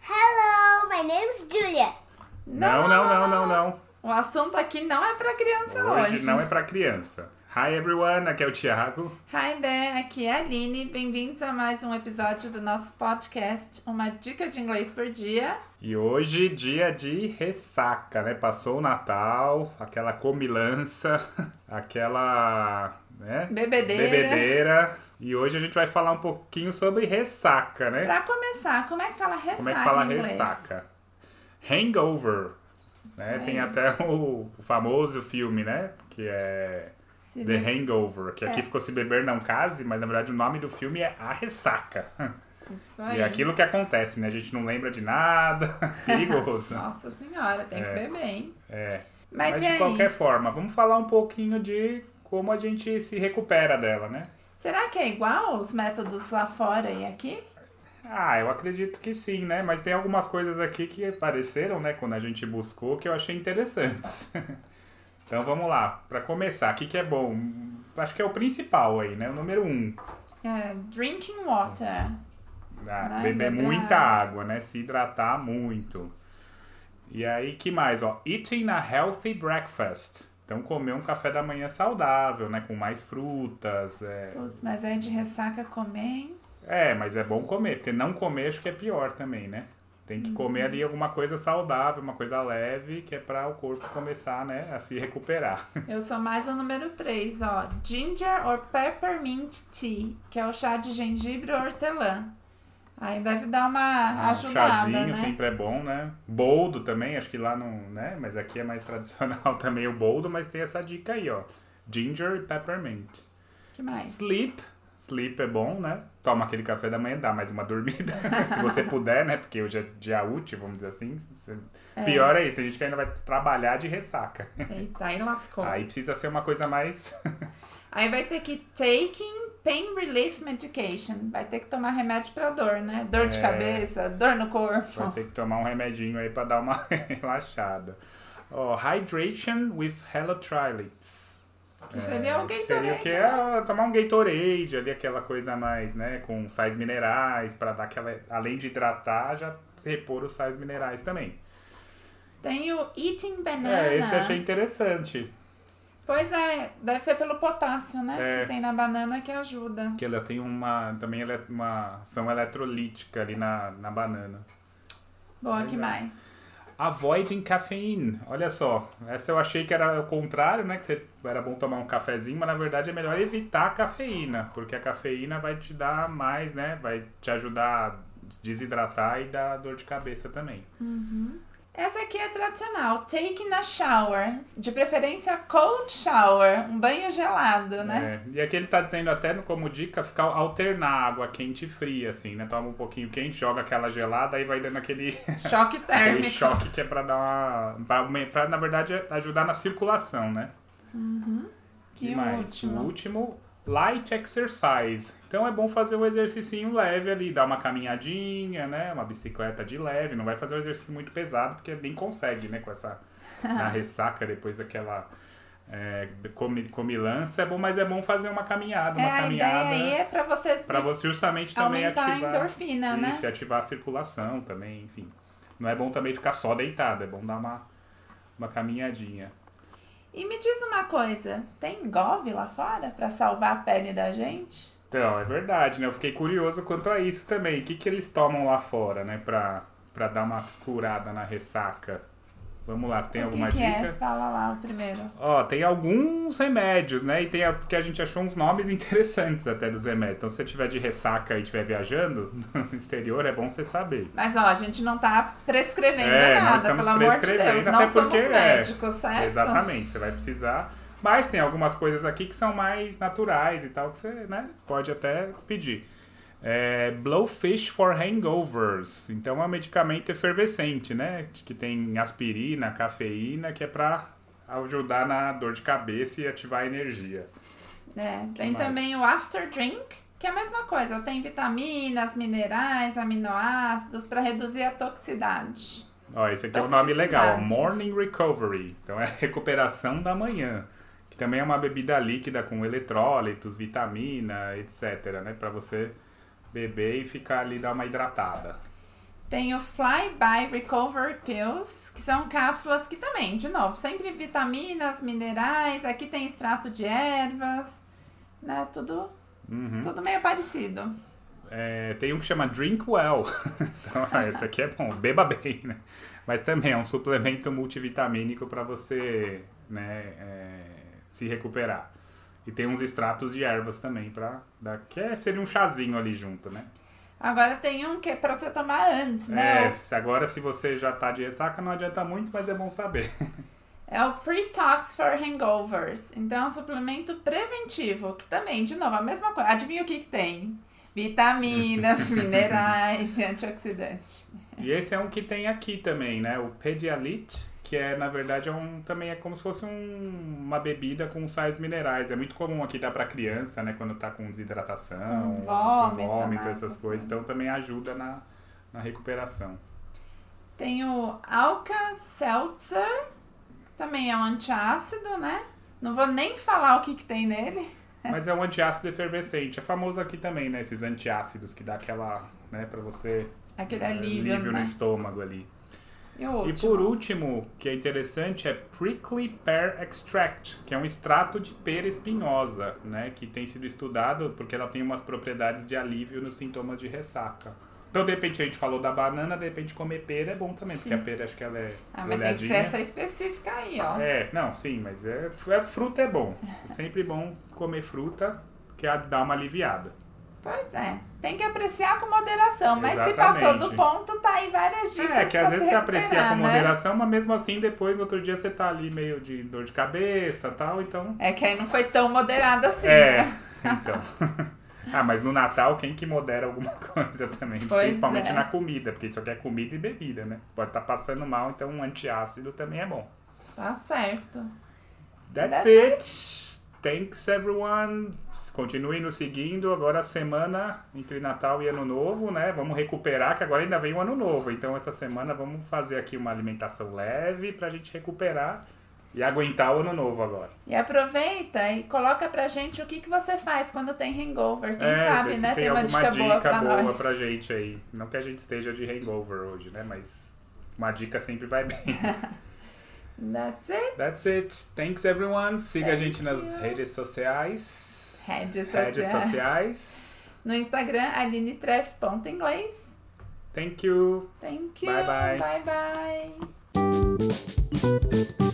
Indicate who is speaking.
Speaker 1: Hello, my name is Julia.
Speaker 2: Não, não, não, não, não.
Speaker 3: O assunto aqui não é pra criança hoje.
Speaker 2: Hoje não é pra criança. Hi everyone, aqui é o Thiago.
Speaker 3: Hi there, aqui é a Aline. Bem-vindos a mais um episódio do nosso podcast Uma Dica de Inglês por Dia.
Speaker 2: E hoje dia de ressaca, né? Passou o Natal, aquela comilança, aquela, né?
Speaker 3: Bebedeira.
Speaker 2: Bebedeira. E hoje a gente vai falar um pouquinho sobre ressaca, né?
Speaker 3: Pra começar, como é que fala ressaca
Speaker 2: Como é que fala
Speaker 3: em inglês?
Speaker 2: ressaca? Hangover. Né?
Speaker 3: Sim.
Speaker 2: Tem até o o famoso filme, né? Que é
Speaker 3: Se
Speaker 2: The
Speaker 3: be-
Speaker 2: Hangover, que aqui
Speaker 3: É.
Speaker 2: ficou Se Beber Não Case, mas na verdade o nome do filme é A Ressaca.
Speaker 3: Isso
Speaker 2: E
Speaker 3: aí.
Speaker 2: é aquilo que acontece, né? A gente não lembra de nada, perigoso.
Speaker 3: Nossa senhora, tem que
Speaker 2: É.
Speaker 3: beber, hein?
Speaker 2: É.
Speaker 3: Mas,
Speaker 2: Mas
Speaker 3: e
Speaker 2: de
Speaker 3: aí?
Speaker 2: qualquer forma, vamos falar um pouquinho de como a gente se recupera dela, né?
Speaker 3: Será que é igual os métodos lá fora e aqui?
Speaker 2: Ah, eu acredito que sim, né? Mas tem algumas coisas aqui que apareceram, né, quando a gente buscou, que eu achei interessantes. então vamos lá, Pra começar, o que, que é bom? Acho que é o principal aí, né? O número um.
Speaker 3: É, drinking water.
Speaker 2: Ah,
Speaker 3: Vai
Speaker 2: beber
Speaker 3: beber
Speaker 2: muita
Speaker 3: água.
Speaker 2: água, né? Se hidratar muito. E aí, que mais? Ó, eating a healthy breakfast. Então, comer um café da manhã saudável, né? Com mais frutas. É,
Speaker 3: Putz, mas aí de ressaca comer, hein?
Speaker 2: é mas é bom comer, porque não comer acho que é pior também, né? Tem que comer ali
Speaker 3: Uhum.
Speaker 2: alguma coisa saudável, uma coisa leve, que é para o corpo começar, né? A se recuperar.
Speaker 3: Eu sou mais o número 3, ó. Ginger or peppermint tea, que é o chá de gengibre ou hortelã. Aí deve dar uma
Speaker 2: Um
Speaker 3: ajudada,
Speaker 2: chazinho
Speaker 3: né?
Speaker 2: sempre é bom, né? Boldo também, acho que lá não, né? Mas aqui é mais tradicional também o boldo, mas tem essa dica aí, ó. Ginger e peppermint.
Speaker 3: que mais?
Speaker 2: Sleep. Sleep é bom, né? Toma aquele café da manhã, dá mais uma dormida. se você puder, né? Porque hoje é dia útil, vamos dizer assim. Você- Pior é isso, tem gente que ainda vai trabalhar de ressaca.
Speaker 3: Eita, aí lascou. Aí.
Speaker 2: Aí precisa ser uma coisa mais.
Speaker 3: vai ter que taking pain relief medication. Vai ter que tomar remédio pra dor, né? Dor de
Speaker 2: É.
Speaker 3: cabeça, dor no
Speaker 2: vai
Speaker 3: corpo.
Speaker 2: ter que tomar um remedinho aí pra dar uma relaxada. Ó, hydration with halotrilates.
Speaker 3: Que seria o
Speaker 2: que Seria o
Speaker 3: Gatorade, né?
Speaker 2: que é ah, tomar um Gatorade ali, aquela coisa mais, né? Com sais minerais, pra dar aquela. Além de hidratar, já repor os sais minerais também.
Speaker 3: Tem o eating banana.
Speaker 2: É, esse eu achei interessante.
Speaker 3: Pois é, deve ser pelo potássio, né?
Speaker 2: É.
Speaker 3: Que tem na banana que ajuda.
Speaker 2: Que ela tem uma. Também ele- uma ação eletrolítica ali na, na banana.
Speaker 3: Boa, que
Speaker 2: Legal.
Speaker 3: mais?
Speaker 2: Avoiding caffeine. Olha só. Essa eu achei que era o contrário, né? Que você, era bom tomar um cafezinho, mas na verdade é melhor evitar a cafeína. Porque a cafeína vai te dar mais, né? Vai te ajudar a desidratar e dar dor de cabeça também.
Speaker 3: Essa aqui é tradicional, taking a shower. De preferência, cold shower, um banho gelado, né?
Speaker 2: É, E aqui ele tá dizendo até no- como dica ficar alternar água quente e fria, assim, né? Toma um pouquinho quente, joga aquela gelada, aí vai dando aquele.
Speaker 3: Choque
Speaker 2: É. Aquele
Speaker 3: térmico.
Speaker 2: choque que é pra dar uma. Pra, aumen- pra, na verdade, ajudar na circulação, né?
Speaker 3: Que
Speaker 2: O
Speaker 3: último.
Speaker 2: último, light exercise. Então é bom fazer um exercício leve ali, dar uma caminhadinha, né? Uma bicicleta de leve. Não vai fazer um exercício muito pesado, porque nem consegue, né? Com essa na ressaca depois daquela. É, comi- comilança é bom, mas é bom fazer uma caminhada,
Speaker 3: É,
Speaker 2: uma
Speaker 3: a ideia
Speaker 2: caminhada
Speaker 3: aí é pra você,
Speaker 2: pra você justamente também
Speaker 3: aumentar a
Speaker 2: ativar
Speaker 3: endorfina, né?
Speaker 2: isso, e ativar a circulação também, enfim. Não é bom também ficar só deitado, é bom dar uma, uma caminhadinha.
Speaker 3: E me diz uma coisa, tem Gov lá fora pra salvar a pele da gente?
Speaker 2: Então, é verdade, né? Eu fiquei curioso quanto a isso também. O que, que eles tomam lá fora, né? Pra, pra dar uma curada na ressaca. Vamos lá, você tem
Speaker 3: o que,
Speaker 2: alguma
Speaker 3: que é?
Speaker 2: dica?
Speaker 3: Fala lá o primeiro.
Speaker 2: Ó, tem alguns remédios, né? E tem a, porque a gente achou uns nomes interessantes até dos remédios. Então, se você tiver de ressaca e estiver viajando no exterior, é bom você saber.
Speaker 3: Mas ó, a gente não tá prescrevendo
Speaker 2: É, nós
Speaker 3: nada,
Speaker 2: estamos
Speaker 3: pelo amor de
Speaker 2: prescrevendo,
Speaker 3: Deus.
Speaker 2: até
Speaker 3: Não somos
Speaker 2: porque, é,
Speaker 3: médicos, certo?
Speaker 2: Exatamente, você vai precisar. Mas tem algumas coisas aqui que são mais naturais e tal, que você né, pode até pedir. É, Blowfish for Hangovers. Então é um medicamento efervescente, né? Que tem aspirina, cafeína, que é pra ajudar na dor de cabeça e ativar a energia.
Speaker 3: É, tem
Speaker 2: mais?
Speaker 3: também o after drink, que é a mesma coisa, tem vitaminas, minerais, aminoácidos para reduzir a toxicidade.
Speaker 2: Ó, esse aqui é um nome legal,
Speaker 3: Toxicidade.
Speaker 2: Morning Recovery. Então é recuperação da manhã, que também é uma bebida líquida com eletrólitos, vitamina, etc, né, para você beber e ficar ali, dar uma hidratada.
Speaker 3: Tem o Flyby Recover Pills, que são cápsulas que também, de novo, sempre vitaminas, minerais, aqui tem extrato de ervas, né? Tudo,
Speaker 2: Uhum.
Speaker 3: tudo meio parecido.
Speaker 2: É, tem um que chama Drink Well. então, ah, esse aqui é bom, beba bem, né? Mas também é um suplemento multivitamínico para você né, é, se recuperar. E tem uns extratos de ervas também, pra dar, que é, seria um chazinho ali junto, né?
Speaker 3: Agora tem um que é pra você tomar antes, né?
Speaker 2: É, se- agora se você já tá de ressaca, não adianta muito, mas é bom saber.
Speaker 3: É o Pre-Tox for Hangovers. Então, é um suplemento preventivo, que também, de novo, a mesma coisa. Adivinha o que, que tem? Vitaminas, minerais e antioxidante.
Speaker 2: E esse é um que tem aqui também, né? O Pedialyte, que é, na verdade, é um, também é como se fosse um- uma bebida com sais minerais. É muito comum aqui dar pra criança, né? Quando tá com desidratação,
Speaker 3: Com vômito,
Speaker 2: com vômito,
Speaker 3: né,
Speaker 2: essas
Speaker 3: essas
Speaker 2: coisas. Então também ajuda na, na recuperação.
Speaker 3: Tem o Alka-Seltzer, que também é um antiácido, né? Não vou nem falar o que, que tem nele.
Speaker 2: Mas é um antiácido efervescente. É famoso aqui também, né? Esses antiácidos que dá aquela, né? Pra você...
Speaker 3: Aquele
Speaker 2: é,
Speaker 3: alívio,
Speaker 2: no
Speaker 3: né?
Speaker 2: estômago ali.
Speaker 3: E o último.
Speaker 2: E por último, que é interessante, é Prickly Pear Extract, que é um extrato de pera espinhosa, né? Que tem sido estudado porque ela tem umas propriedades de alívio nos sintomas de ressaca. Então, de repente, a gente falou da banana, de repente comer pera é bom também, porque a pera acho que ela é
Speaker 3: Ah, mas tem que ser essa específica aí, ó.
Speaker 2: É, não, sim, mas é, é- fruta é bom. É sempre bom comer fruta, que a- dá uma aliviada.
Speaker 3: Pois é. Tem que apreciar com moderação. Mas
Speaker 2: Exatamente.
Speaker 3: se passou do ponto, tá aí várias dicas.
Speaker 2: É, que
Speaker 3: pra
Speaker 2: às
Speaker 3: se
Speaker 2: vezes você aprecia
Speaker 3: recuperar,
Speaker 2: com
Speaker 3: né?
Speaker 2: moderação, mas mesmo assim, depois, no outro dia, você tá ali meio de dor de cabeça tal, então...
Speaker 3: É que aí não foi tão moderado assim,
Speaker 2: É,
Speaker 3: né?
Speaker 2: então. ah, mas no Natal, quem que modera alguma coisa também?
Speaker 3: Pois
Speaker 2: principalmente
Speaker 3: é.
Speaker 2: na comida, porque isso aqui é comida e bebida, né? Pode estar passando mal, então um antiácido também é bom.
Speaker 3: Tá certo.
Speaker 2: That's,
Speaker 3: That's
Speaker 2: it. Thanks everyone. Continue nos seguindo. Agora a semana entre Natal e Ano Novo, né? Vamos recuperar, que agora ainda vem o Ano Novo. Então essa semana vamos fazer aqui uma alimentação leve pra gente recuperar e aguentar o Ano Novo agora.
Speaker 3: E aproveita e coloca pra gente o que, que você faz quando tem hangover. Quem
Speaker 2: é, vê
Speaker 3: sabe,
Speaker 2: se
Speaker 3: né?
Speaker 2: Tem,
Speaker 3: Tem uma
Speaker 2: alguma
Speaker 3: dica, boa pra nós.
Speaker 2: pra gente aí. Não que a gente esteja de hangover hoje, né? Mas uma dica sempre vai bem.
Speaker 3: That's it.
Speaker 2: That's it. Thanks everyone. Siga a
Speaker 3: Thank
Speaker 2: gente nas
Speaker 3: you.
Speaker 2: redes sociais.
Speaker 3: Redes
Speaker 2: Redes
Speaker 3: sociais.
Speaker 2: sociais.
Speaker 3: No Instagram, alinetref.inglês.
Speaker 2: Thank you.
Speaker 3: Thank you.
Speaker 2: Bye, bye.
Speaker 3: Bye, bye.